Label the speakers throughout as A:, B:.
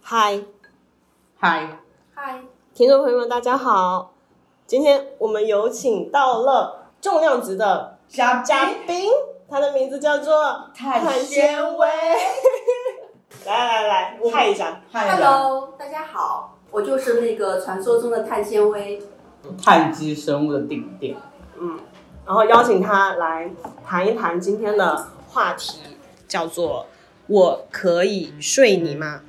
A: 嗨，
B: 嗨，
C: 嗨，
A: 听众朋友们，大家好！今天我们有请到了重量级的
B: 嘉
A: 嘉宾，他的名字叫做
B: 太纤维。
A: 来来来，我看一下，
B: 嗨
C: Hello，大家好，我就是那个传说中的碳纤维。
B: 碳基生物的顶点。
A: 然后邀请他来谈一谈今天的话题，叫做“我可以睡你吗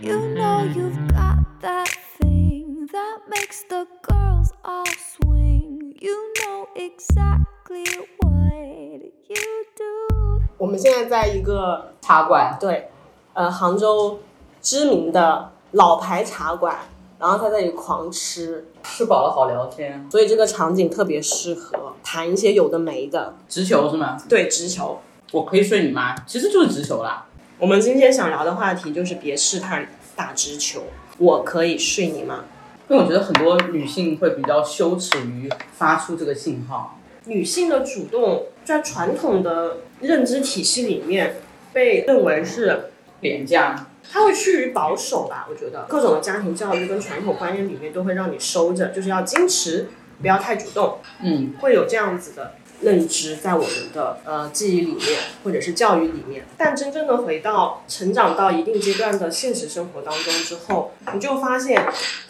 D: You know you've got that thing that makes the girls all swing. You know exactly what you do. ”？
A: 我们现在在一个
B: 茶馆，
A: 对，呃，杭州知名的老牌茶馆，然后他在这里狂吃，
B: 吃饱了好聊天。
A: 所以这个场景特别适合谈一些有的没的。
B: 直球是吗？
A: 对，直球。
B: 我可以睡你妈，其实就是直球啦。
A: 我们今天想聊的话题就是别试探打直球，我可以睡你吗？
B: 因为我觉得很多女性会比较羞耻于发出这个信号。
A: 女性的主动在传统的认知体系里面被认为是。
B: 廉价，
A: 它会趋于保守吧，我觉得各种的家庭教育跟传统观念里面都会让你收着，就是要矜持，不要太主动。
B: 嗯，
A: 会有这样子的认知在我们的呃记忆里面，或者是教育里面。但真正的回到成长到一定阶段的现实生活当中之后，你就发现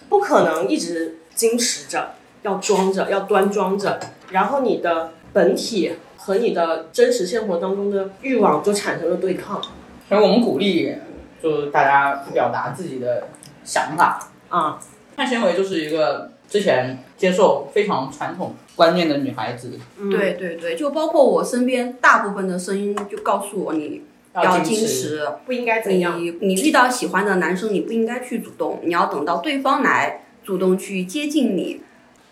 A: 不可能一直矜持着，要装着，要端庄着，然后你的本体。和你的真实生活当中的欲望就产生了对抗
B: 所以我们鼓励就是大家表达自己的想法。
C: 嗯
A: 啊，
B: 碳纤维就是一个之前接受非常传统观念的女孩子
C: 对对对，就包括我身边大部分的声音就告诉我你要矜
B: 持。
C: 持，
A: 不应该怎
C: 你
A: 样？
C: 你遇到喜欢的男生，你不应该去主动，你要等到对方来主动去接近你。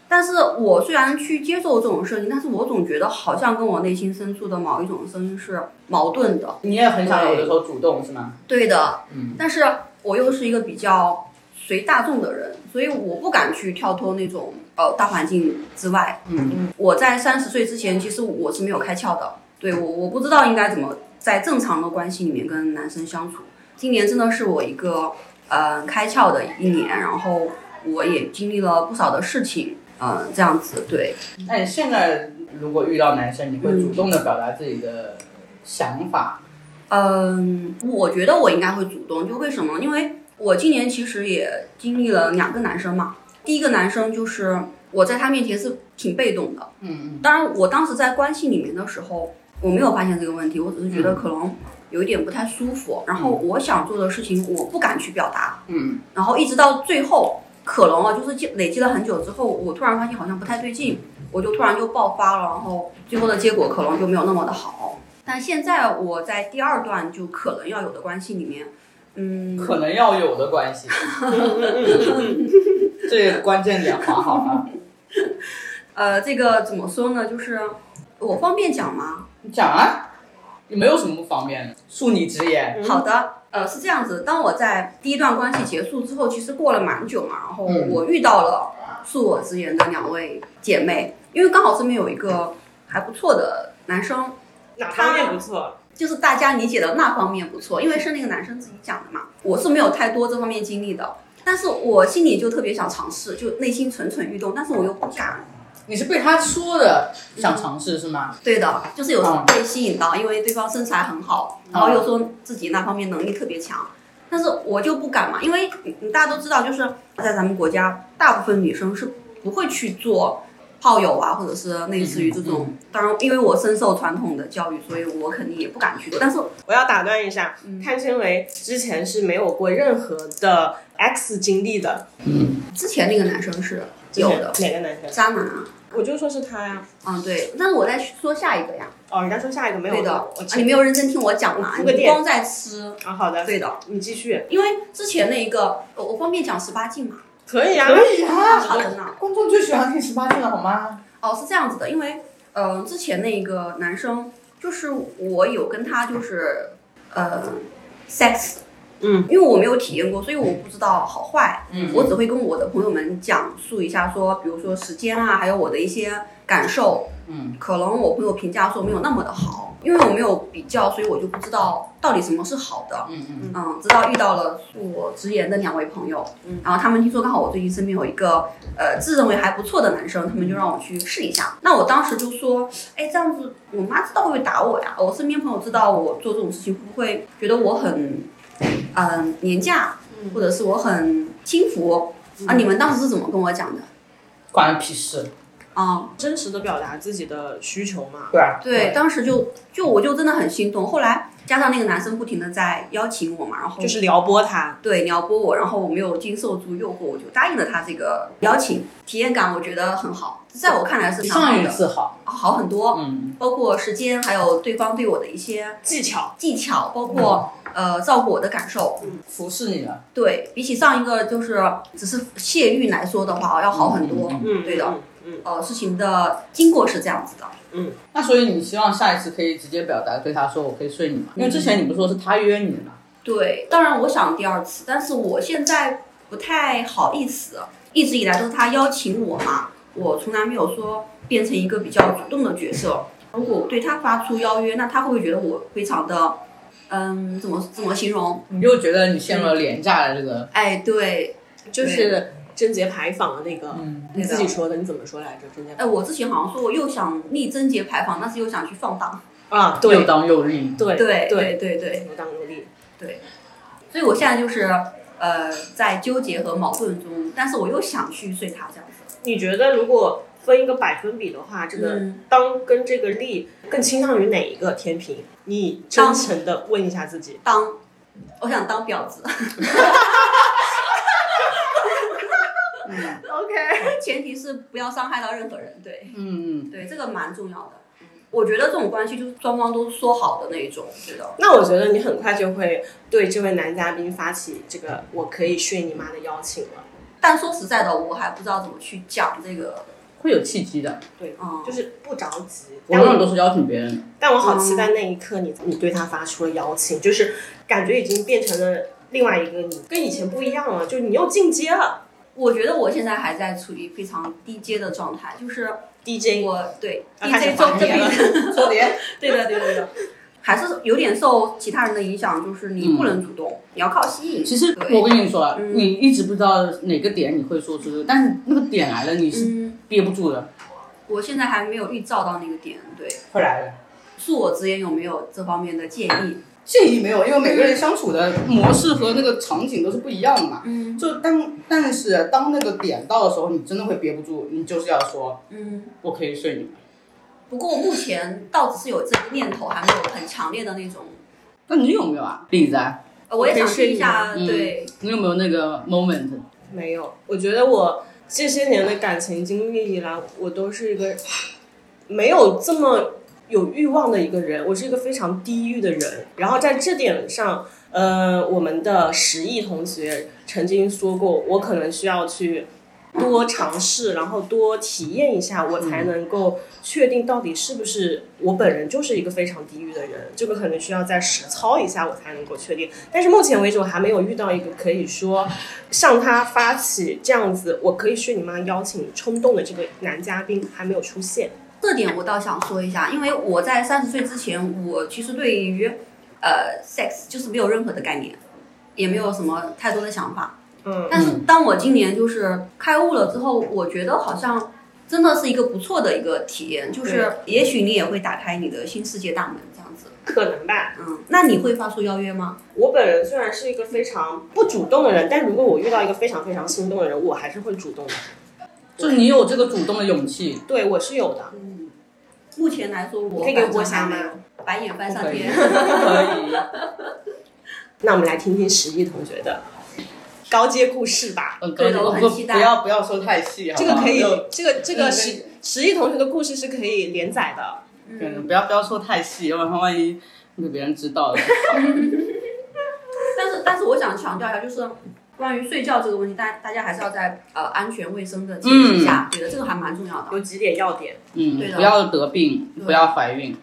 C: 但是我虽然去接受这种声音，但是我总觉得好像跟我内心深处的某一种声音是矛盾的。
B: 你也很想有的时候主动是吗？
C: 对的，
B: 嗯
C: 但是我又是一个比较随大众的人，所以我不敢去跳脱那种呃大环境之外。
B: 嗯，
C: 我在三十岁之前，其实我是没有开窍的，对我我不知道应该怎么在正常的关系里面跟男生相处。今年真的是我一个呃开窍的一年，然后我也经历了不少的事情，嗯、这样子对。
B: 那你现在如果遇到男生，你会主动的表达自己的想法？
C: 嗯，我觉得我应该会主动，就为什么？因为我今年其实也经历了两个男生嘛。第一个男生就是我在他面前是挺被动的，
B: 嗯，
C: 当然我当时在关系里面的时候，我没有发现这个问题，我只是觉得可能有一点不太舒服，然后我想做的事情我不敢去表达，
B: 嗯，
C: 然后一直到最后，可能啊，就是积累积了很久之后，我突然发现好像不太对劲，我就突然就爆发了，然后最后的结果可能就没有那么的好。但现在我在第二段就可能要有的关系里面，嗯，
B: 可能要有的关 系，这个关键点划好了。
C: 呃，这个怎么说呢？就是我方便讲吗？
B: 你讲啊，你没有什么不方便的，恕你直言。
C: 好的，呃，是这样子。当我在第一段关系结束之后，其实过了蛮久嘛，然后
B: 嗯
C: 我遇到了恕我直言的两位姐妹，因为刚好身边有一个还不错的男生，
A: 哪
C: 方面
A: 不错？
C: 就是大家理解的那方面不错，因为是那个男生自己讲的嘛，我是没有太多这方面经历的，但是我心里就特别想尝试，就内心蠢蠢欲动，但是我又不敢。
B: 你是被他说的想尝试是吗？
C: 对的，就是有时候
B: 嗯
C: 被吸引到，因为对方身材很好，然后又说自己那方面能力特别强，但是我就不敢嘛，因为你你大家都知道，就是在咱们国家，大部分女生是不会去做炮友啊，或者是类似于这种。当然，因为我深受传统的教育，所以我肯定也不敢去做。但是
A: 我要打断一下，
C: 嗯
A: 碳纤维之前是没有过任何的 X 经历的，
C: 之前那个男生是有的，
A: 哪个男生？
C: 渣男啊，
A: 我就说是他呀。
C: 嗯对。但是我在说下一个呀，
A: 哦，人家说下一个没有
C: 对的，
A: 我
C: 啊
A: 记
C: 你没有认真听我讲嘛，
A: 我铺个
C: 你
A: 垫
C: 光在吃，
A: 啊，好的，
C: 对的。
A: 你继续，
C: 因为之前那一个，我我方便讲十八禁嘛。
A: 可以啊，
B: 以啊
C: 好的呢。
B: 观众最喜欢听十八禁了，好吗？
C: 哦，是这样子的，因为呃，之前那个男生就是我有跟他就是呃 sex，
A: 嗯，
C: 因为我没有体验过，所以我不知道好坏，
B: 嗯
C: 我只会跟我的朋友们讲述一下说，比如说时间啊，还有我的一些感受，
B: 嗯，
C: 可能我朋友评价说没有那么的好，因为我没有比较，所以我就不知道到底什么是好的。
B: 嗯嗯
C: 嗯，直到遇到了我直言的两位朋友，
A: 嗯
C: 然后他们听说刚好我最近身边有一个呃自认为还不错的男生，他
A: 嗯
C: 们就让我去试一下。那我当时就说，哎，这样子我妈知道会不会打我呀？我身边朋友知道我做这种事情，会不会觉得我很嗯、廉价，
A: 嗯
C: 或者是我很轻浮啊？你们当时是怎么跟我讲的？
B: 关我屁事，
C: 啊、
A: 真实的表达自己的需求嘛。
B: 对啊，
C: 对，当时就就我就真的很心动。后来加上那个男生不停的在邀请我嘛，然后
A: 就是撩拨他，
C: 对撩拨我，然后我没有经受住诱惑，我就答应了他这个邀请，体验感我觉得很好，在我看来是
B: 比
C: 非常好
B: 上一
C: 的，
B: 次好，
C: 好很多，
B: 嗯，
C: 包括时间，还有对方对我的一些
A: 技巧，
C: 技巧，包括、
B: 嗯
C: 呃照顾我的感受。
B: 服侍你了，
C: 对比起上一个就是只是泄欲来说的话，要好很多。
B: 嗯
A: 嗯，
C: 对的
A: 嗯，嗯，
C: 呃，事情的经过是这样子的，
B: 那所以你希望下一次可以直接表达对他说我可以睡你吗？因为之前你不是说是他约你的吗？
C: 对，当然我想第二次，但是我现在不太好意思，一直以来都是他邀请我嘛，我从来没有说变成一个比较主动的角色。如果我对他发出邀约，那他会不会觉得我非常的，嗯，怎么怎么形容？
B: 你就觉得你陷入了廉价的这个，
C: 哎，对，
A: 就是贞洁牌坊的那个，
B: 嗯，
A: 你自己说的，你怎么说来着？贞洁牌
C: 哎，我之前好像说我又想力争节牌坊，但是又想去放荡。
A: 啊，
B: 又
A: 对
B: 当又立，
A: 对
C: 对
A: 对，
C: 对对，
A: 有当有力，
C: 所以我现在就是呃在纠结和矛盾中，但是我又想去睡他这样子。
A: 你觉得如果分一个百分比的话，这个
C: 嗯，
A: 当跟这个力更倾向于哪一个天平？你真诚的问一下自己，
C: 当我想当婊子。
B: 嗯
A: OK，
C: 前提是不要伤害到任何人，对
B: 嗯，
C: 对，这个蛮重要的。我觉得这种关系就是双方都说好的那一种，觉得
A: 那我觉得你很快就会对这位男嘉宾发起这个“我可以睡你妈”的邀请了。
C: 但说实在的，我还不知道怎么去讲这个，
B: 会有契机的，
C: 嗯，
A: 就是不着急，
B: 我
A: 但
B: 永远
A: 哦我
B: 都是邀请别人的，
A: 但我好期待那一刻你你对他发出了邀请，就是感觉已经变成了另外一个你，跟以前不一样了，就你又进阶了
C: 我觉得我现在还在处于非常低阶的状态，就是
A: ，DJ
C: 我对
A: 要开始
C: DJ 周
A: 还原了
B: 说点，
C: 对的对的对的，还是有点受其他人的影响，就是你不能
A: 嗯
C: 主动，你要靠吸引。
B: 其实
C: 对
B: 我跟你说啊，
C: 嗯
B: 你一直不知道哪个点你会说出这个，但是那个点来了，你是
C: 嗯，
B: 憋不住的，
C: 我现在还没有预兆到那个点，对，
B: 会来的。
C: 恕我直言，有没有这方面的建议？
B: 建议没有，因为每个人相处的模式和那个场景都是不一样的嘛。
C: 嗯
B: 就当但是当那个点到的时候，你真的会憋不住，你就是要说
C: 嗯。
B: 我可以睡你。
C: 不过目前倒只是有这个念头，还没有很强烈的那种。
B: 那你有没有啊，李子啊？
C: 呃，我也想
A: 可以睡
C: 听一下，
B: 你吗嗯
C: 对，
B: 你有没有那个 moment？
A: 没有，我觉得我这些年的感情经历以来，我都是一个没有这么有欲望的一个人，我是一个非常低欲的人。然后在这点上，呃，我们的十亿同学曾经说过，我可能需要去。多尝试，然后多体验一下，我才能够确定到底是不是我本人就是一个非常低欲的人。这个可能需要再实操一下，我才能够确定。但是目前为止，我还没有遇到一个可以说向他发起这样子“我可以睡你妈”邀请冲动的这个男嘉宾还没有出现。
C: 这点我倒想说一下，因为我在三十岁之前，我其实对于呃 sex 就是没有任何的概念，也没有什么太多的想法。
A: 嗯
C: 但是当我今年就是开悟了之后，我觉得好像真的是一个不错的一个体验，就是也许你也会打开你的新世界大门这样子。
A: 可能吧。
C: 嗯，那你会发出邀约吗？
A: 我本人虽然是一个非常不主动的人，但如果我遇到一个非常非常心动的人，我还是会主动的。
B: 就你有这个主动的勇气，
A: 对，我是有的。
C: 嗯，目前来说我
A: 可以给我
C: 反正
A: 想
C: 还没
A: 吗
C: 有白眼翻
B: 哎不
C: 上
B: 可以，
C: 天。
B: 不可以。
A: 那我们来听听十一同学的高阶故事吧。
B: 嗯，
C: 对的我
B: 不
C: 很
B: 不
C: 期待
B: 不要不要说太细，好
A: 这
B: 不
A: 个
B: 好
A: 可以
B: 就，
A: 这个这个
B: 嗯
A: 十十一同学的故事是可以连载的。
B: 对，不要不要说太细，要不然万一被别人知道 了。
C: 但是，但是我想强调一下，就是关于睡觉这个问题，大大家还是要在呃安全卫生的前提下，觉得这个还蛮重要的。
A: 有几点要点，
B: 嗯
C: 对，的啊
B: 不要得病，
C: 对啊
B: 不要怀孕，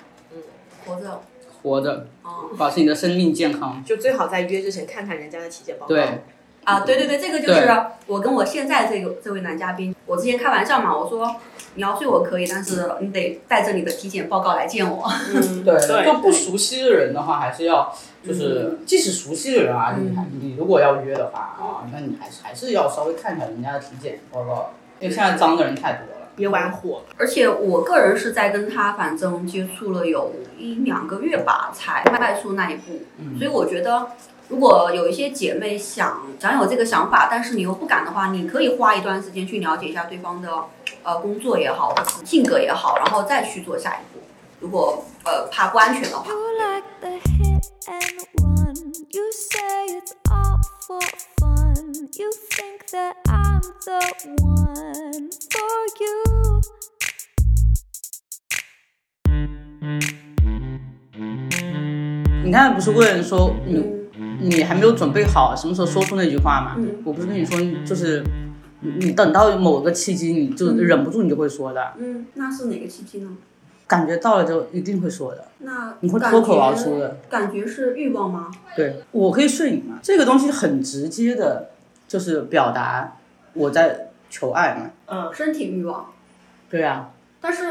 C: 活着，
B: 活着，
C: 嗯，
B: 保持你的生命健康。
A: 就最好在约之前看看人家的体检报告。
B: 对，
C: 啊，对对对，这个就是
B: 对
C: 我跟我现在这个这位男嘉宾，我之前开玩笑嘛，我说你要睡我可以，但是你得带着你的体检报告来见我。
A: 嗯，
B: 对，
A: 对
B: 就不熟悉的人的话，还是要就是，
C: 嗯
B: 即使熟悉的人啊，你还你如果要约的话啊，那你还是还是要稍微看一下人家的体检报告，因为现在脏的人太多了。
A: 别玩火，
C: 而且我个人是在跟他反正接触了有一两个月吧，才迈出那一步。
B: 嗯
C: 所以我觉得，如果有一些姐妹想想有这个想法，但是你又不敢的话，你可以花一段时间去了解一下对方的呃工作也好，性格也好，然后再去做下一步。如果呃怕不安全的话，
D: You like the hit and run. You say it's all for fun. You think that I'm the one for you.
C: 嗯
B: 你看，不是问说你你还没有准备好什么时候说出那句话吗？
C: 嗯
B: 我不是跟你说，就是你你等到某个契机，你就忍不住你就会说的，
C: 嗯，那是哪个契机呢？
B: 感觉到了就一定会说的。
C: 那
B: 你会
C: 感
B: 脱口
C: 觉
B: 而出的，
C: 感觉是欲望吗？
B: 对，我可以睡你嘛？这个东西很直接的，就是表达我在求爱嘛。
A: 嗯，
C: 身体欲望。
B: 对啊，
C: 但是，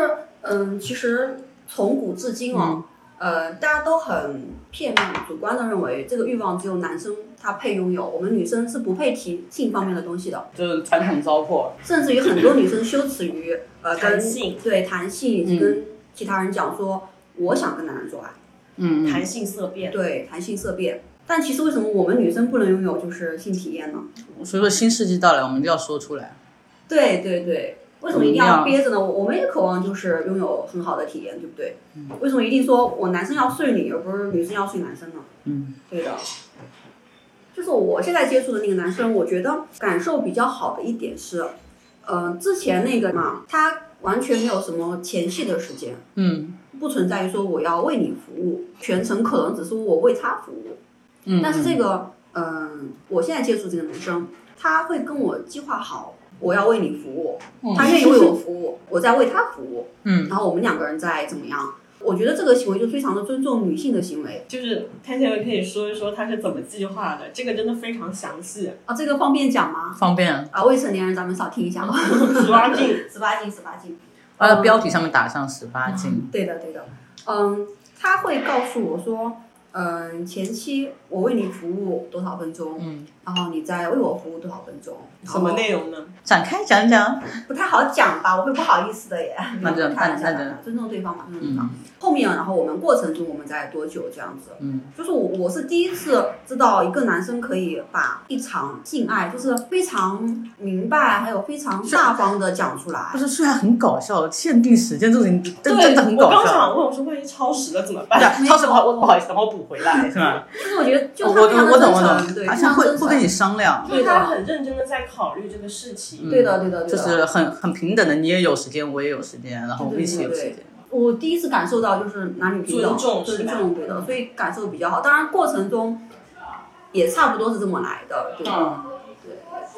C: 嗯，其实从古至今哦，呃，大家都很片面、主观的认为这个欲望只有男生他配拥有，我们女生是不配提性方面的东西的，
B: 就是传统糟粕。
C: 甚至于很多女生羞耻于呃跟
A: 弹性
C: 对弹性以
B: 嗯
C: 及跟其他人讲说、我想跟男人做爱，
B: 嗯
A: 弹性色变，
C: 对弹性色变。但其实为什么我们女生不能拥有就是性体验呢？
B: 所以说新世纪到来，我们就要说出来。
C: 对对对，为什么一定要憋着呢？我我们也渴望就是拥有很好的体验，对不对？为什么一定说我男生要睡你，而不是女生要睡男生呢？
B: 嗯，
C: 对的。就是我现在接触的那个男生，我觉得感受比较好的一点是，呃，之前那个嘛，他完全没有什么前戏的时间，
B: 嗯
C: 不存在于说我要为你服务，全程可能只是我为他服务。
B: 嗯
C: 但是这个，嗯、我现在接触这个男生，他会跟我计划好，我要为你服务，他愿意为我服务，我在为他服务，
B: 嗯
C: 然后我们两个人在怎么样？我觉得这个行为就非常的尊重女性的行为
A: 就是太前面可以说一说他是怎么计划的，这个真的非常详细，
C: 啊，这个方便讲吗？
B: 嗯方便
C: 啊，未成年人咱们少听一下吧，
A: 十八禁。
C: 十八禁，十八禁。
B: 呃，
C: 嗯
B: 标题上面打上十八禁。
C: 对的，对的。嗯，他会告诉我说，嗯，前期我为你服务多少分钟，
B: 嗯，
C: 然后你再为我服务多少分钟，
A: 什么内容呢？
B: 展开讲讲。
C: 不太好讲吧，我会不好意思的耶。
B: 那就
C: 看一下
B: 那那，
C: 尊重对方嘛，尊重对方。
B: 嗯
C: 后面，然后我们过程中我们再多久这样子？
B: 嗯，
C: 就是我我是第一次知道一个男生可以把一场性爱，就是非常明白，还有非常大方的讲出来
B: 不。是，虽然很搞笑，限定时间这个东西真
A: 对
B: 真的很
A: 我
B: 搞
A: 刚
B: 笑。
A: 想问，我说万一超时了怎么
B: 对
A: 办？
B: 啊，超时不好，我不好意思，等会儿补回来，是吧？
C: 就是我觉得，就
B: 我
C: 是
B: 哦我
C: 他非
B: 懂，
C: 常
B: 我
C: 的
B: 懂，
C: 真
B: 我
C: 诚，
B: 懂。
C: 对，
B: 而
C: 非
B: 且
C: 常
B: 会
C: 真
B: 会跟你
C: 诚。
B: 商量，
A: 就是他很认真的在考虑这个事
B: 嗯
A: 情。
C: 对的，对的，
B: 就
C: 对
B: 是
C: 的。
B: 很很平等的，你也有时间，我也有时间，然后我们一起有时间。
C: 我第一次感受到就是男女平
A: 尊
C: 等，
A: 重
C: 尊
A: 是吧
C: 重，对的，所以感受比较好。当然过程中也差不多是这么来的，对吧？
B: 嗯，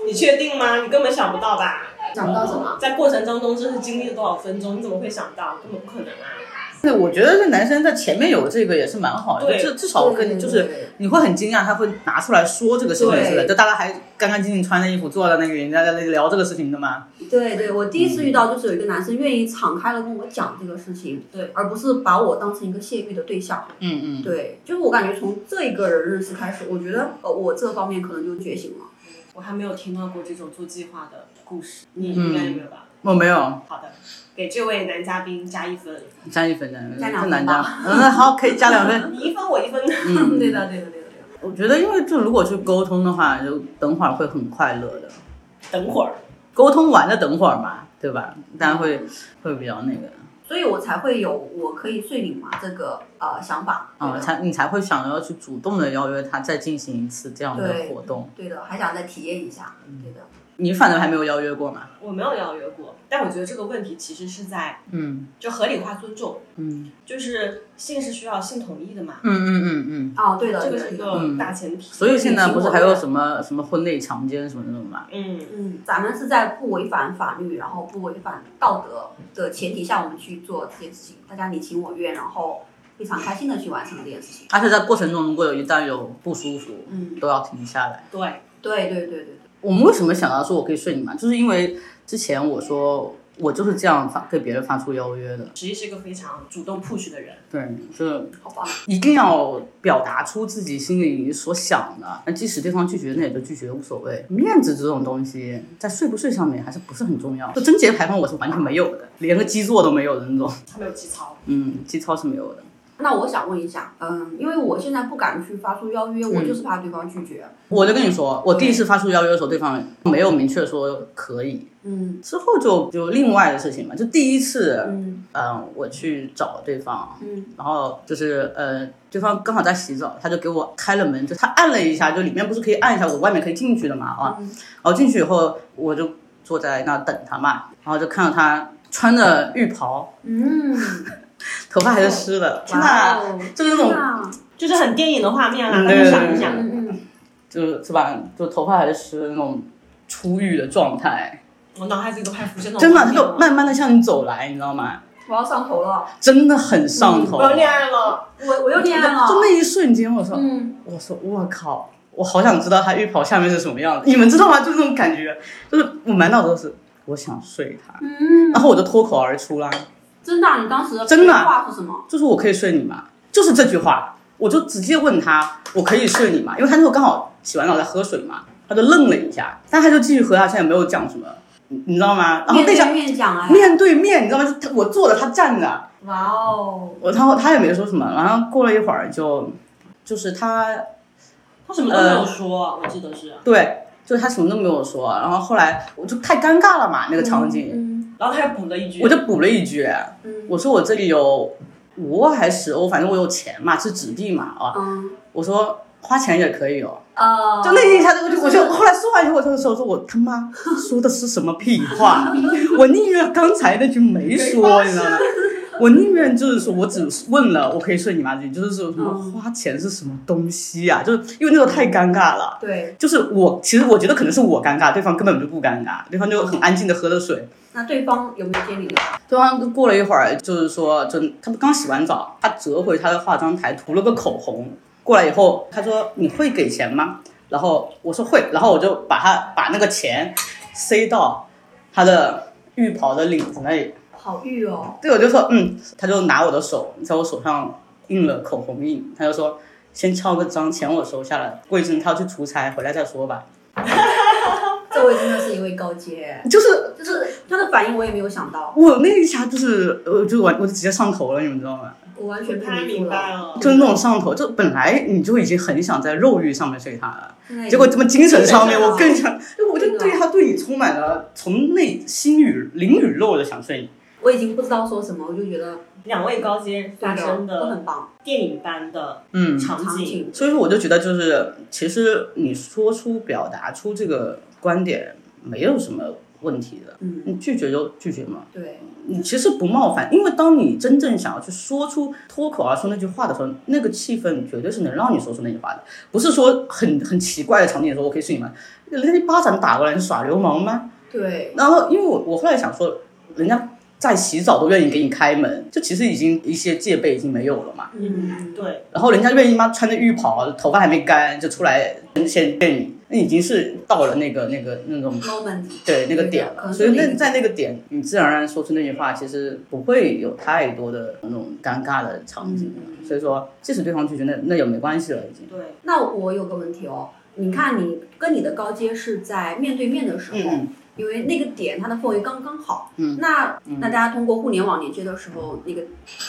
A: 你确定吗？你根本想不到吧？
C: 讲到什么？
A: 在过程当中这是经历了多少分钟？你怎么会想到？根本不可能啊！
B: 对，我觉得这男生在前面有这个也是蛮好的，
A: 对
B: 至至少跟
C: 对
B: 就
C: 对
B: 是你会很惊讶，他会拿出来说这个事情
C: 对
B: 是的，就大家还干干净净穿着衣服坐在那个人家在那里聊这个事情的嘛。
C: 对对，我第一次遇到就是有一个男生愿意敞开了跟我讲这个事情，
A: 对
C: 而不是把我当成一个泄欲的对象。
B: 嗯嗯，
C: 对，就是我感觉从这一个人认识开始，我觉得呃我这方面可能就觉醒了。
A: 我还没有听到过这种做计划的故事，你
B: 嗯
A: 应该也没有吧？
B: 我哦没有
A: 好的，给这位男嘉宾加一分，
B: 加一分的，
C: 加两
B: 这
C: 分
B: 难加
C: 吧。
B: 嗯，好，可以加 两分。
A: 你一分我一分。
B: 嗯，
C: 对的，对的，对的，对的。
B: 我觉得因为就如果去沟通的话，就等会儿会很快乐的，
A: 等会儿，
B: 沟通完了等会儿嘛，对吧？大家会会比较那个。
C: 所以我才会有我可以睡你嘛这个呃想法。
B: 啊、才你才会想要去主动的邀约他再进行一次这样的
C: 对
B: 活动。
C: 对的，还想再体验一下。
B: 嗯
C: 对的，
B: 你反正还没有邀约过嘛？
A: 我没有邀约过，但我觉得这个问题其实是在
B: 嗯
A: 就合理化尊重，
B: 嗯
A: 就是性是需要性同意的嘛，
B: 嗯嗯嗯嗯。
C: 哦，对的，
A: 这个
C: 对的
A: 是一
C: 对的
A: 个大前提。
B: 所以现在不是还有什么什么婚内强奸什么那种嘛？
A: 嗯，
C: 嗯，咱们是在不违反法律，然后不违反道德的前提下，我们去做这件事情，大家你情我愿，然后非常开心
B: 啊
C: 的去完成这件事情。
B: 而且在过程中，如果有一旦有不舒服，
C: 嗯，
B: 都要停下来。
A: 对，
C: 对对对对，
B: 我们为什么想到说我可以睡你嘛？就是因为之前我说我就是这样发给别人发出邀约的，
A: 十一是一个非常主动 push 的人，
B: 对，就是
C: 好吧，
B: 一定要表达出自己心里所想的。那即使对方拒绝，那也就拒绝，无所谓。面子这种东西，在睡不睡上面还是不是很重要。就贞洁牌坊我是完全没有的，连个基座都没有的那种。
A: 他没有基操，
B: 嗯，基操是没有的。
C: 那我想问一下，嗯，因为我现在不敢去发出邀约，我就是怕对方拒绝。
B: 嗯我就跟你说，我第一次发出邀约的时候，对方没有明确说可以，
C: 嗯
B: 之后就就另外的事情嘛。就第一次，
C: 嗯
B: 嗯，我去找对方，
C: 嗯，
B: 然后就是呃，对方刚好在洗澡，他就给我开了门，就他按了一下，就里面不是可以按一下，我外面可以进去的嘛啊，
C: 嗯
B: 然后进去以后我就坐在那等他嘛，然后就看到他穿着浴袍，
C: 嗯，
B: 头发还是湿的，天
C: 哇
B: 呐，
C: 哦，
B: 啊就是那种
C: 天哪
A: 就是很电影的画面啦，
B: 嗯
A: 大家想一想，
C: 嗯嗯，
B: 就是是吧，就头发还是湿的那种出浴的状态，
A: 我脑海里都快浮现
C: 哦
A: 那种
B: 真的
A: 画
B: 他
A: 面了
B: 就慢慢的向你走来，你知道吗？
C: 我要上头了，
B: 真的很上头，
C: 嗯
A: 我要恋爱了，
C: 我我又恋爱了，
B: 就那一瞬间，我说，
C: 嗯，
B: 我说我靠，我好想知道他浴袍下面是什么样子，你们知道吗？就是那种感觉，就是我满脑子都是我想睡他，
C: 嗯
B: 然后我就脱口而出啦，
C: 真的啊、你当时的
B: 真的啊
C: 话是什么？
B: 就是我可以睡你吗？就是这句话，我就直接问他，我可以睡你吗？因为他那时候刚好洗完澡在喝水嘛，他就愣了一下，但他就继续喝下去，也没有讲什么，你你知道吗？然后那
C: 面对
B: 讲
C: 面讲哎，
B: 面对面，你知道吗？就他我坐着，他站着。
C: 哇哦，
B: 我然后他也没说什么，然后过了一会儿就，就是他
A: 他什么都没有说，我记得是，
B: 呃对，就是他什么都没有说，然后后来我就太尴尬了嘛，那个场景，
C: 嗯
A: 然后他还补了一句，
B: 我就补了一句，
C: 嗯
B: 我说我这里有五万还是十欧，反正我有钱嘛，是纸币嘛啊，
C: 嗯
B: 我说花钱也可以哦，
C: 呃，
B: 就那一下子我就我就后来说完以后，我就说我说我他妈说的是什么屁话，我宁愿刚才那句没说，你知道吗？我宁愿就是说，我只问了，我可以睡你妈这句，就是说什么
C: 嗯
B: 花钱是什么东西啊？就是因为那时候太尴尬了，
C: 对，
B: 就是我其实我觉得可能是我尴尬，对方根本就不尴尬，对方就很安静的喝着水。
C: 那对方有没有接你的？
B: 对方过了一会儿，就是说，就他们刚洗完澡，他折回他的化妆台，涂了个口红。过来以后，他说：“你会给钱吗？”然后我说会，然后我就把他把那个钱塞到他的浴袍的领子那里。
C: 好玉哦，
B: 对，我就说嗯，他就拿我的手在我手上印了口红印，他就说嗯先敲个章，钱我收下了，过一阵他要去出差，回来再说吧。
C: 这位真的是一位高阶，
B: 就是
C: 就是他的反应我也没有想到，
B: 我那一下就是呃，就完我就直接上头了，你们知道吗？
C: 我完全不
A: 他
C: 理
A: 明
C: 解
A: 白
C: 了。
A: 了，
B: 就是那种上头，就本来你就已经很想在肉欲上面睡他了，
C: 现在已经
B: 结果这么精神上面，我更想，就我
C: 对
B: 就
C: 啊
B: 对他对你充满了从内心与灵与肉的想睡你。
C: 我已经不知道说什么，我就觉得
A: 两位高阶发生
C: 都
A: 的
C: 很棒，
A: 电影般的
B: 嗯
A: 场
C: 场
A: 景，
C: 景
B: 所以说我就觉得就是，其实你说出表达出这个观点没有什么问题的，
C: 嗯
B: 你拒绝就拒绝嘛，
C: 对，
B: 你其实不冒犯，因为当你真正想要去说出脱口而出那句话的时候，那个气氛绝对是能让你说出那句话的，不是说很很奇怪的场景的时候我可以睡你吗？人家一巴掌打过来，你耍流氓吗？
C: 对，
B: 然后因为我我后来想说，人家在洗澡都愿意给你开门，就其实已经一些戒备已经没有了嘛。
A: 嗯，对，
B: 然后人家愿意妈穿着浴袍，头发还没干就出来先见你，那已经是到了那个那个那种
C: moment，
B: 对那个点
C: 可
B: 了，
C: 能
B: 所以
C: 是
B: 那
C: 你
B: 在那个点，你自然而然说出那句话，其实不会有太多的那种尴尬的场景了。
A: 嗯
B: 所以说，即使对方拒绝，那那也没关系了，已经。
A: 对，
C: 那我有个问题哦，你看你跟你的高阶是在面对面的时候，
B: 嗯
C: 因为那个点它的氛围刚刚好，
B: 嗯
C: 那那大家通过互联网连接的时候，那个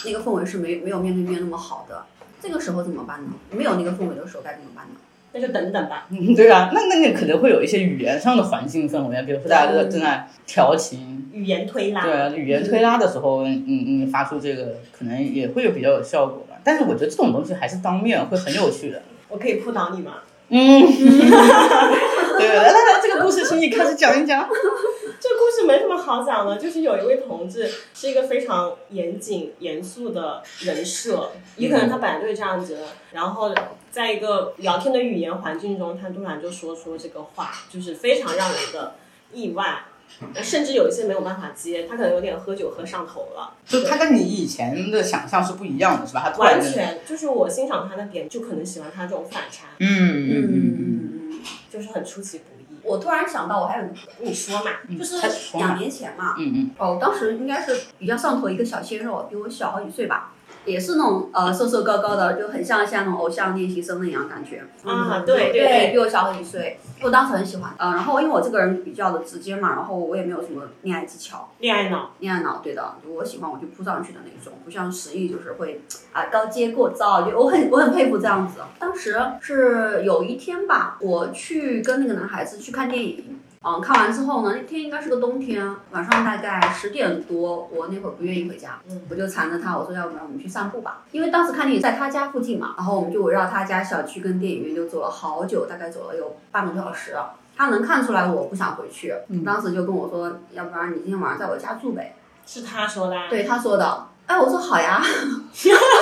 C: 那个氛围是没没有面对面那么好的，这个时候怎么办呢？没有那个氛围的时候该怎么办呢？
A: 那就等等吧，
B: 嗯，对啊，那那你可能会有一些语言上的环境氛围啊，比如说大家都在正在调情，
A: 语言推拉，
B: 对啊，语言推拉的时候，你你你发出这个，可能也会有比较有效果吧。但是我觉得这种东西还是当面会很有趣的。
A: 我可以扑倒你吗？
B: 嗯，对，来来来，这个故事请你开始讲一讲。
A: 这个故事没什么好讲的，就是有一位同志是一个非常严谨、严肃的人设，
B: 嗯
A: 也可能他本来就是这样子的。然后在一个聊天的语言环境中，他突然就说出了这个话，就是非常让人的意外。甚至有一些没有办法接，他可能有点喝酒喝上头了。
B: 就他跟你以前的想象是不一样的，是吧？他突然
A: 完
B: 间，
A: 全就是我欣赏他的点，就可能喜欢他这种反差，
B: 嗯嗯嗯嗯，
C: 嗯嗯。
A: 就是很出其不
C: 我突然想到，我还有一个，
A: 意。你说嘛，
C: 就是
B: 嗯他说嘛
C: 两年前嘛，
B: 嗯嗯，
C: 哦，我当时应该是比较上头一个小鲜肉，比我小好几岁吧，也是那种呃瘦瘦高高的，就很像像那种偶像练习生那样感觉。嗯
A: 啊，对
C: 对
A: 对，
C: 比我小很一岁，我当时很喜欢。呃，然后因为我这个人比较的直接嘛，然后我也没有什么恋爱技巧、
A: 恋爱脑，
C: 恋爱脑，对的，我喜欢我就扑上去的那种，不像石毅就是会啊、高阶过招，就我很我很佩服这样子。当时是有一天吧，我去跟那个男孩子去看电影。嗯，看完之后呢，那天应该是个冬天，晚上大概十点多，我那会儿不愿意回家，
A: 嗯
C: 我就缠着他，我说要不然我们去散步吧，因为当时看电影在他家附近嘛，然后我们就围绕他家小区跟电影院就走了好久，大概走了有半个多小时。他能看出来我不想回去，
A: 嗯
C: 当时就跟我说，要不然你今天晚上在我家住呗。
A: 是他说的啊，
C: 对他说的，哎，我说好呀，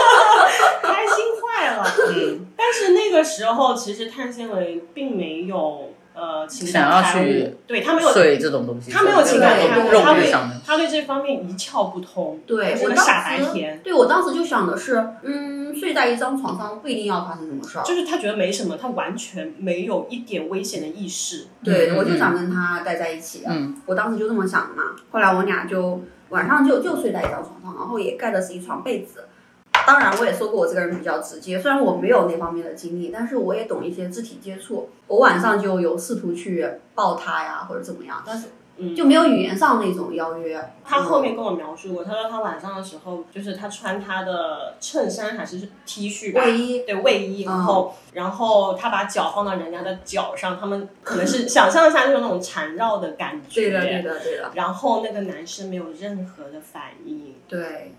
A: 开心坏了。嗯，但是那个时候其实碳纤维并没有呃情感
B: 想要
A: 刊物
B: 去
A: 对他没有
B: 水这种东西，
A: 他没有情感
C: 对
A: 刊物，
C: 对
A: 他
B: 肉欲
A: 对
B: 上面，
A: 他对这方面一窍不通，
C: 对
A: 是
C: 我
A: 个
C: 当
A: 傻白
C: 时，
A: 甜。
C: 对我当时就想的是，嗯，睡在一张床上不一定要发生什么事儿，
A: 就是他觉得没什么，他完全没有一点危险的意识。
C: 对
B: 嗯
C: 我就想跟他待在一起，
B: 嗯，
C: 我当时就这么想的嘛。后来我俩就晚上就就睡在一张床上，然后也盖的是一床被子。当然，我也说过我这个人比较直接，虽然我没有那方面的经历，但是我也懂一些肢体接触。我晚上就有试图去抱他呀，或者怎么样，但是
A: 嗯
C: 就没有语言上那种邀约。
A: 他后面跟我描述过，他说他晚上的时候，就是他穿他的衬衫还是 T 恤吧
C: 卫衣，
A: 对卫衣，
C: 嗯
A: 然后、然后他把脚放到人家的脚上，他们可能是想象一下就是那种缠绕的感觉。
C: 对的，对的，对的，
A: 然后那个男生没有任何的反应，
C: 对。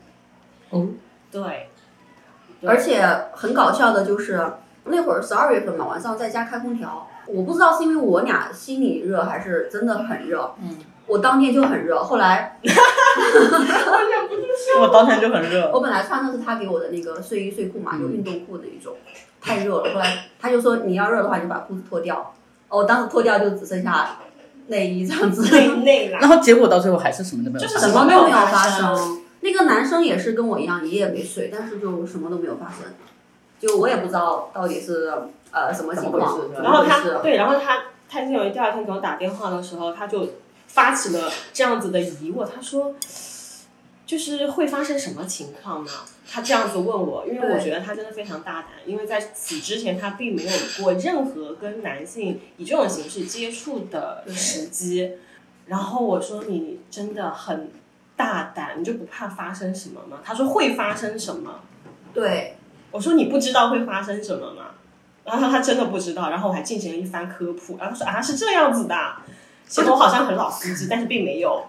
A: 对，对
C: 而且很搞笑的就是那会儿十二月份嘛，晚上在家开空调，我不知道是因为我俩心里热还是真的很热。
B: 嗯，
C: 我当天就很热，后来
B: 我当天就很热，
C: 我本来穿的是他给我的那个睡衣睡裤嘛，就运动裤的一种，太热了。后来他就说你要热的话，你就把裤子脱掉。哦我当时脱掉就只剩下内衣这样子。
A: 内 内啦
B: 然，后结果到最后还是什么都没有
A: 就是
B: 发
C: 什
B: 生，
C: 么都没有发
A: 什么都没有发
C: 生。那个男生也是跟我一样，一夜没睡，但是就什么都没有发生，就我也不知道到底是呃什么情况
B: 怎么回事，
A: 然后
C: 怎么
A: 他
C: 回事
A: 对，然后他他有一第二天给我打电话的时候，他就发起了这样子的疑问，他说，就是会发生什么情况呢？他这样子问我，因为我
C: 对
A: 觉得他真的非常大胆，因为在此之前他并没有过任何跟男性以这种形式接触的时机。然后我说你真的很大胆，你就不怕发生什么吗？他说会发生什么？
C: 对，
A: 我说你不知道会发生什么吗？然后他说他真的不知道，然后我还进行了一番科普，然后他说啊是这样子的，显得我好像很老司机，但是并没有。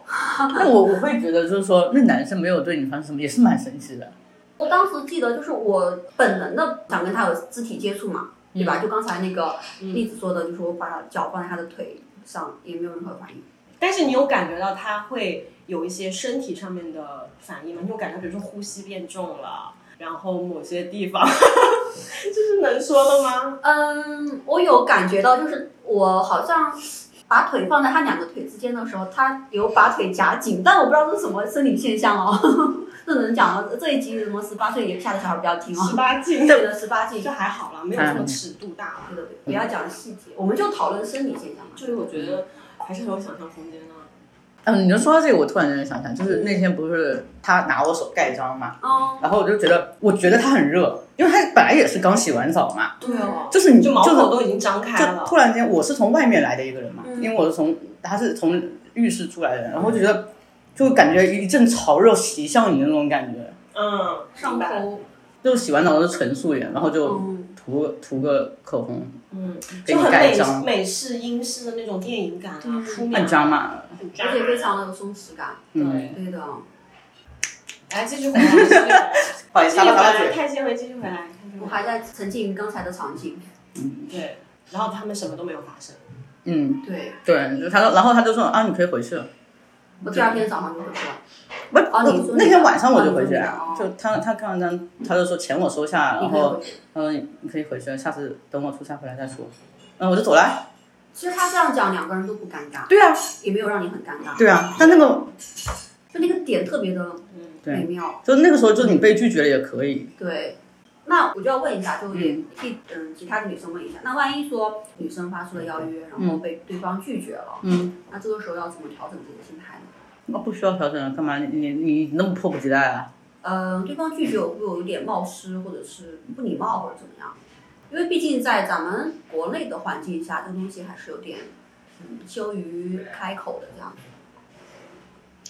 B: 那我我会觉得就是说，那男生没有对你发生什么，也是蛮神奇的。
C: 我当时记得就是我本能的想跟他有肢体接触嘛，对
B: 嗯
C: 吧？就刚才那个例子说的，就是我把脚放在他的腿上，也没有任何反应。
A: 但是你有感觉到他会有一些身体上面的反应吗？你有感觉，比如说呼吸变重了，然后某些地方， 这是能说的吗？
C: 嗯，我有感觉到，就是我好像把腿放在他两个腿之间的时候，他有把腿夹紧，但我不知道这是什么生理现象哦。 这能讲吗？这一集什么十八岁以下的小孩不要听
A: 十
C: 哦。
A: 八禁，
C: 对的，十八禁。
A: 这
C: 对的
A: 还好啦，没有这么尺度大嘛。
C: 对
B: 嗯
C: 的，不要讲细节，我们就讨论生理现象嘛。
A: 就是我觉得还是很有想象空间的。啊
B: 嗯，你就说到这个，我突然间想起来，就是那天不是他拿我手盖章嘛，
C: 哦，
B: 然后我就觉得，我觉得他很热，因为他本来也是刚洗完澡嘛，
A: 对哦，
B: 就是你
A: 就毛
B: 是
A: 孔都已经张开
B: 就
A: 了。
B: 突然间，我是从外面来的一个人嘛，
C: 嗯
B: 因为我是从他是从浴室出来的，然后就觉得就感觉一阵潮热袭向你那种感觉，
A: 嗯，
C: 上
A: 明白
C: 头，
B: 就洗完澡是纯素颜，然后就
C: 嗯，
B: 涂个涂个口红，
A: 嗯，
B: 给
A: 就
B: 你
A: 很
B: 盖
A: 美
B: 章，
A: 美式、英式的那种电影感啊，
C: 嗯
A: 铺面
B: 很抓嘛，
C: 而且非常的有松弛感。
B: 嗯，
C: 对的，
A: 来继续回来，继续回来，
B: 不好意
A: 继续
B: 思，擦
A: 回
B: 了擦了
A: 来，
B: 嘴，
A: 太纤维继续回来，继续
C: 我
A: 回来
C: 还在沉浸于刚才的场景。
A: 对，然后他们什么都没有发生，
B: 嗯，
C: 对，
B: 对，就他说，然后他就说啊，你可以回去了。
C: 我第二天早上就回去了。
B: 不是，
C: 哦你说
B: 我那天晚上我就回去
C: 哦，
B: 就他他看完单，他就说钱我收下，
C: 你
B: 然
C: 可以
B: 后
C: 回去
B: 嗯他说你可以回去，下次等我出差回来再说。嗯，我就走了。
C: 其实他这样讲，两个人都不尴尬，
B: 对啊，
C: 也没有让你很尴尬，
B: 对啊，但那个
C: 就那个点特别的
B: 对
C: 美妙。
B: 就那个时候，就是你被拒绝了也可以，
C: 对，那我就要问一下，就也替嗯其他的女生问一下，那万一说女生发出了邀约，然后被对方拒绝了，
B: 嗯，
C: 那这个时候要怎么调整自己的心态呢？
B: 那哦不需要调整了，干嘛你你你那么迫不及待啊？
C: 呃，对方拒绝我会有一点冒失，或者是不礼貌，或者怎么样？因为毕竟在咱们国内的环境下，这个东西还是有点嗯羞于开口的这样。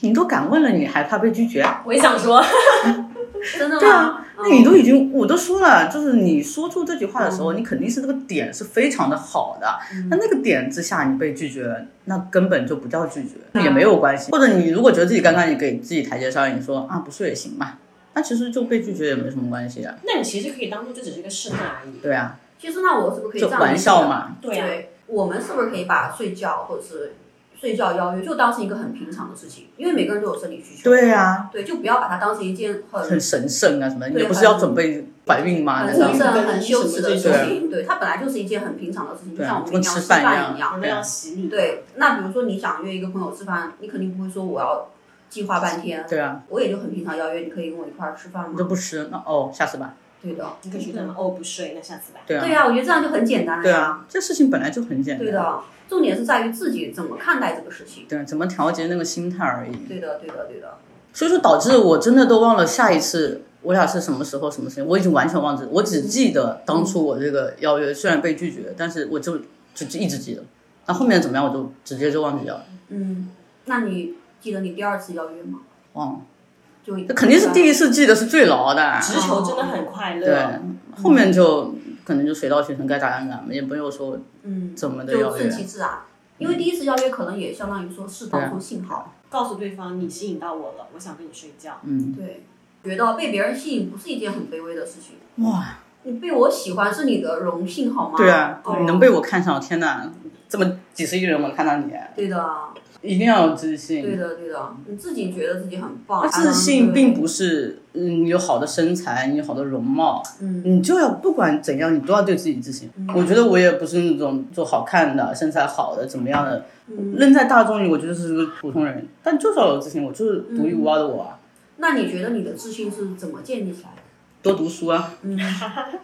B: 你都敢问了，你还怕被拒绝？啊
E: 我也想说，
C: 真的吗？
B: 对啊
C: 嗯
B: 那你都已经，我都说了，就是你说出这句话的时候，
C: 嗯
B: 你肯定是这个点是非常的好的。那、那个点之下，你被拒绝了，那根本就不叫拒绝，
C: 嗯
B: 也没有关系。或者你如果觉得自己尴尬，你给自己台阶下，你说啊不睡也行嘛，那其实就被拒绝也没什么关系啊。
A: 那你其实可以当做这只是一个试探而已。
B: 对啊，
C: 其实那我是不是可以这
B: 就
C: 样
B: 玩
C: 理解
B: 笑？嘛。
A: 对啊，
C: 我们是不是可以把睡觉或者是睡觉邀约就当成一个很平常的事情？因为每个人都有生理需求。
B: 对啊，
C: 对，就不要把它当成一件很
B: 很神圣啊什么，你
C: 对
B: 不是要准备怀孕吗？
C: 很
B: 难
C: 神
B: 道？
C: 圣、很羞耻的事
B: 对啊
C: 情。对，它本来就是一件很平常的事情，就
B: 对啊
C: 像我们
B: 跟
C: 平常
B: 吃
C: 吃
B: 饭一
C: 饭
B: 样
C: 一样。
A: 我们要洗礼。
C: 对，那比如说你想约一个朋友吃饭，你肯定不会说我要计划半天，
B: 对啊，
C: 我也就很平常邀约，你可以跟我一块儿吃饭
B: 你就
C: 吗？
B: 不吃，那哦，下次吧。
C: 对的，
A: 你可以说什么？哦，不睡，那下次吧。
B: 对啊
C: 对，呀、我觉得这样就很简单了
B: 对
C: 呀。
B: 啊，这事情本来就很简
C: 对
B: 单。
C: 的，重点是在于自己怎么看待这个事情。
B: 对，怎么调节那个心态而已。
C: 对的，对的，对的。
B: 所以说导致我真的都忘了下一次我俩是什么时候什么时间，我已经完全忘记了，我只记得当初我这个邀约虽然被拒绝，但是我就就就一直记得。那后面怎么样，我就直接就忘记掉了。
C: 嗯，那你记得你第二次邀约吗？
B: 忘了，
C: 就
B: 那肯定是第
C: 一
B: 一次记得是最牢的。
A: 直球真的很快乐。
B: 对，后面就可能就水到渠成，该咋样咋样，也没有说
C: 嗯，
B: 怎么的
C: 就
B: 邀约嗯啊
C: 顺。其自然。因为第一次邀约可能也相当于说是当初信号，
A: 告诉对方你吸引到我了，我想跟你睡觉。
B: 嗯，
C: 对，觉得被别人吸引不是一件很卑微的事情，
B: 哇，
C: 你被我喜欢是你的荣幸好吗？
B: 对啊，
C: 哦
B: 你能被我看上，天哪，这么几十亿人我看到你，
C: 对的，
B: 一定要有自信。
C: 对的，对的，你自己觉得自己很棒，
B: 那自信并
C: 不，
B: 不是嗯，你有好的身材，你有好的容貌，
C: 嗯
B: 你就要不管怎样，你都要对自己自信。我觉得我也不是那种就好看的、身材好的怎么样的，
C: 嗯。
B: 扔在大众里，我觉得是个普通人，但就是要有自信，我就是独一无二的我啊。
C: 那你觉得你的自信是怎么建立起来的？
B: 多读书啊，
C: 嗯，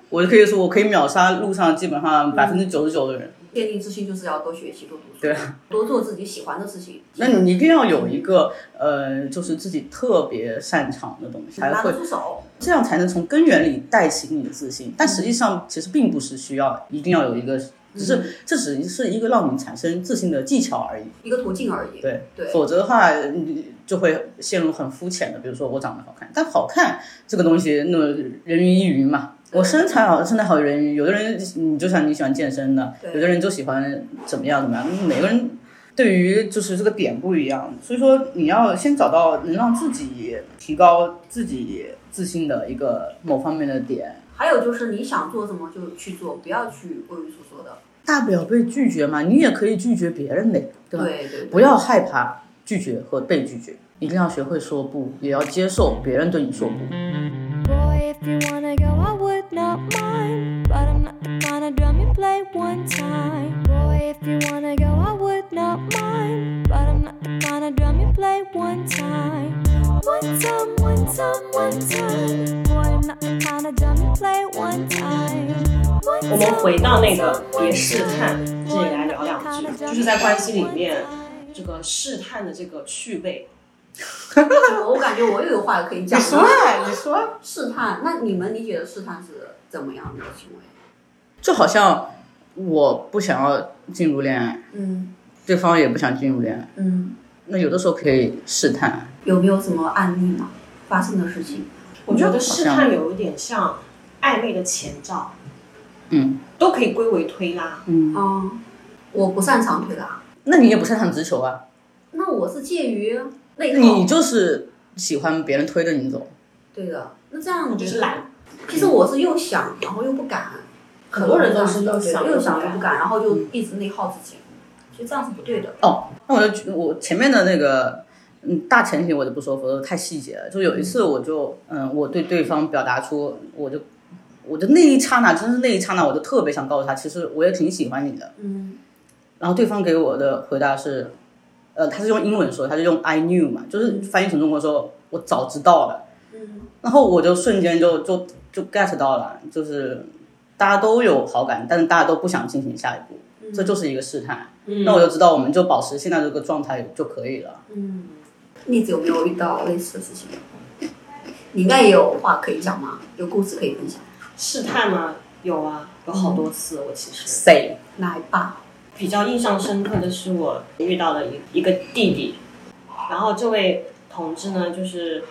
B: 我就可以说，我可以秒杀路上基本上百分之九十九的人。
C: 建立自信就是要多学习、多读书，
B: 对，啊
C: 多做自己喜欢的事情，
B: 那你一定要有一个呃，就是自己特别擅长的东西，才
C: 拿
B: 会
C: 得出手。
B: 这样才能从根源里带起你的自信。但实际上，其实并不是需要一定要有一个，只是这只是一个让你产生自信的技巧而已。
C: 一个途径而已。
B: 对，
C: 对
B: 否则的话，你就会陷入很肤浅的，比如说我长得好看，但好看这个东西，那么人云亦云嘛。我身材好，身材好人云，有的人你就像你喜欢健身的，
C: 对
B: 有的人就喜欢怎么样怎么样，每个人对于就是这个点不一样，所以说你要先找到能让自己提高自己自信的一个某方面的点，
C: 还有就是你想做什么就去做，不要去畏畏缩缩的。
B: 大不了被拒绝嘛，你也可以拒绝别人的，对吧？
C: 对对，
B: 不要害怕拒绝和被拒绝，一定要学会说不，也要接受别人对你说不。
D: Boy, if you wanna go, I would not mind. But I'm not the kind of drum you play one time. Boy, if you wanna go, I would not mind. But I'm not the kind of drum you play one time. One time, one time, one time. Boy, I'm not the kind of drum you play one time. One
A: 我们
D: time,
A: 回到
D: one
A: 那个
D: time,
A: 别
D: one
A: 试
D: time.
A: 探，这里来聊两句，就是在关系里面，这个试探的这个趣味，
C: 我感觉我又有话可以讲了。
B: 啊，你说，
C: 试探，那你们理解的试探是怎么样的行为？
B: 就好像我不想要进入恋爱，
C: 嗯
B: 对方也不想进入恋爱，
C: 嗯，
B: 那有的时候可以试探，
C: 有没有什么案例吗？发生的事情？
A: 我觉得试探有一点像暧昧的前兆，
B: 嗯
A: 都可以归为推拉。
B: 嗯，
C: 哦，我不擅长推拉，
B: 那你也不擅长直球啊，
C: 那我是介于内
B: 你
C: 耗，
B: 就是喜欢别人推着你走，
C: 对的。那这样
A: 那就是。懒，
C: 其实我是又想，然后又不敢，嗯
A: 很多人都是又
C: 又
A: 想
C: 又
A: 又
C: 想
A: 不
C: 又
A: 敢
C: 不敢，然后就一直内耗自己，其实这样是不对的。
B: 哦，那我就我前面的那个。嗯，大前提我就不说，否则太细节了。就有一次，我就嗯，我对对方表达出，我就，我就那一刹那，真是那一刹那，我就特别想告诉他，其实我也挺喜欢你的。
C: 嗯
B: 然后对方给我的回答是，呃，他是用英文说，他就用 I knew 嘛，就是翻译成中国说我早知道了。然后我就瞬间就就就 get 到了，就是大家都有好感，但是大家都不想进行下一步，这就是一个试探。那我就知道，我们就保持现在这个状态就可以了。
C: 栗子有没有遇到类似的事情？你应该也有话可以讲吗？有故事可以分享？
A: 试探吗？有啊，有好多次。我其实
B: 谁？
C: 来吧，
A: 比较印象深刻的是我遇到的一一个弟弟，然后这位同志呢，就是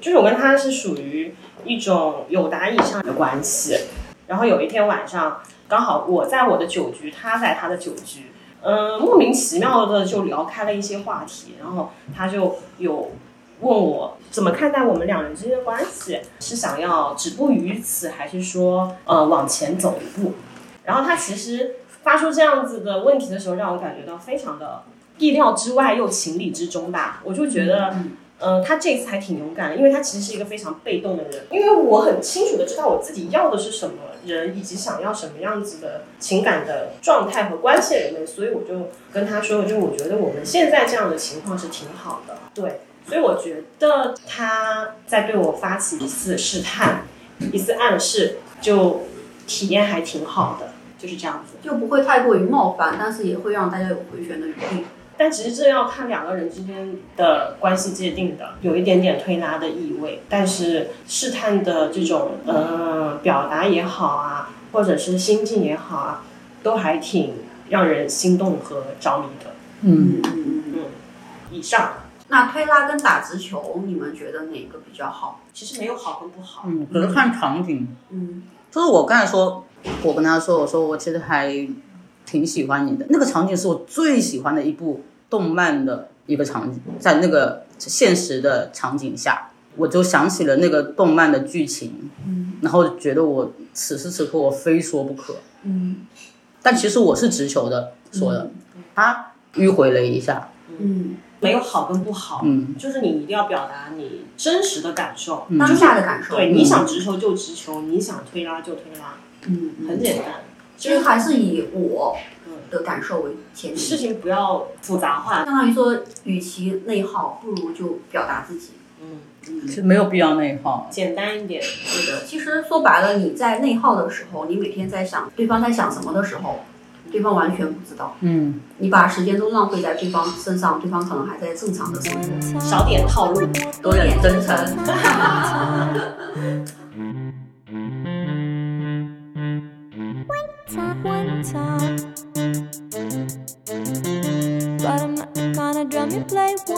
A: 就是我跟他是属于一种友达以上的关系。然后有一天晚上，刚好我在我的酒局，他在他的酒局，嗯、莫名其妙的就聊开了一些话题，然后他就有问我怎么看待我们两人之间的关系，是想要止步于此，还是说呃往前走一步？然后他其实发出这样子的问题的时候，让我感觉到非常的意料之外又情理之中吧。我就觉得，呃，他这次还挺勇敢的，因为他其实是一个非常被动的人，因为我很清楚的知道我自己要的是什么人，以及想要什么样子的情感的状态和关系里面，所以我就跟他说，就我觉得我们现在这样的情况是挺好的，对。所以我觉得他在对我发起一次试探，一次暗示，就体验还挺好的，就是这样子。
C: 就不会太过于冒犯，但是也会让大家有回旋的余地。
A: 但其实这要看两个人之间的关系界定的，有一点点推拉的意味。但是试探的这种呃表达也好啊，或者是心境也好啊，都还挺让人心动和着迷的。
B: 嗯，
C: 嗯嗯嗯。
A: 以上
C: 那推拉跟打直球，你们觉得哪个比较好？
A: 其实没有好跟不好，
B: 嗯，只是看场景。
C: 嗯
B: 就是我刚才说，我跟他说，我说我其实还挺喜欢你的。那个场景是我最喜欢的一部动漫的一个场景，在那个现实的场景下，我就想起了那个动漫的剧情，
C: 嗯
B: 然后觉得我此时此刻我非说不可。
C: 嗯
B: 但其实我是直球的说的，他迂回了一下，
C: 嗯，
A: 没有好跟不好，
B: 嗯，
A: 就是你一定要表达你真实的感受。
B: 嗯
C: 当下的感受。
A: 对，你想直球就直球，你想推拉就推拉，
C: 嗯，嗯
A: 很简单。
C: 其实还是以我的感受为前
A: 事
C: 提，
A: 情不要复杂化
C: 相，当于说，与其内耗，不如就表达自己。
A: 嗯，
B: 其实没有必要内耗。
A: 简单一点。
C: 对的，其实说白了，你在内耗的时候，你每天在想对方在想什么的时候，对方完全不知道，
B: 嗯，
C: 你把时间都浪费在对方身上，对方可能还在正常的生活。
A: 少点套路。
B: 多点真诚。
D: Winter, winter. But I'm not the kind of drum you play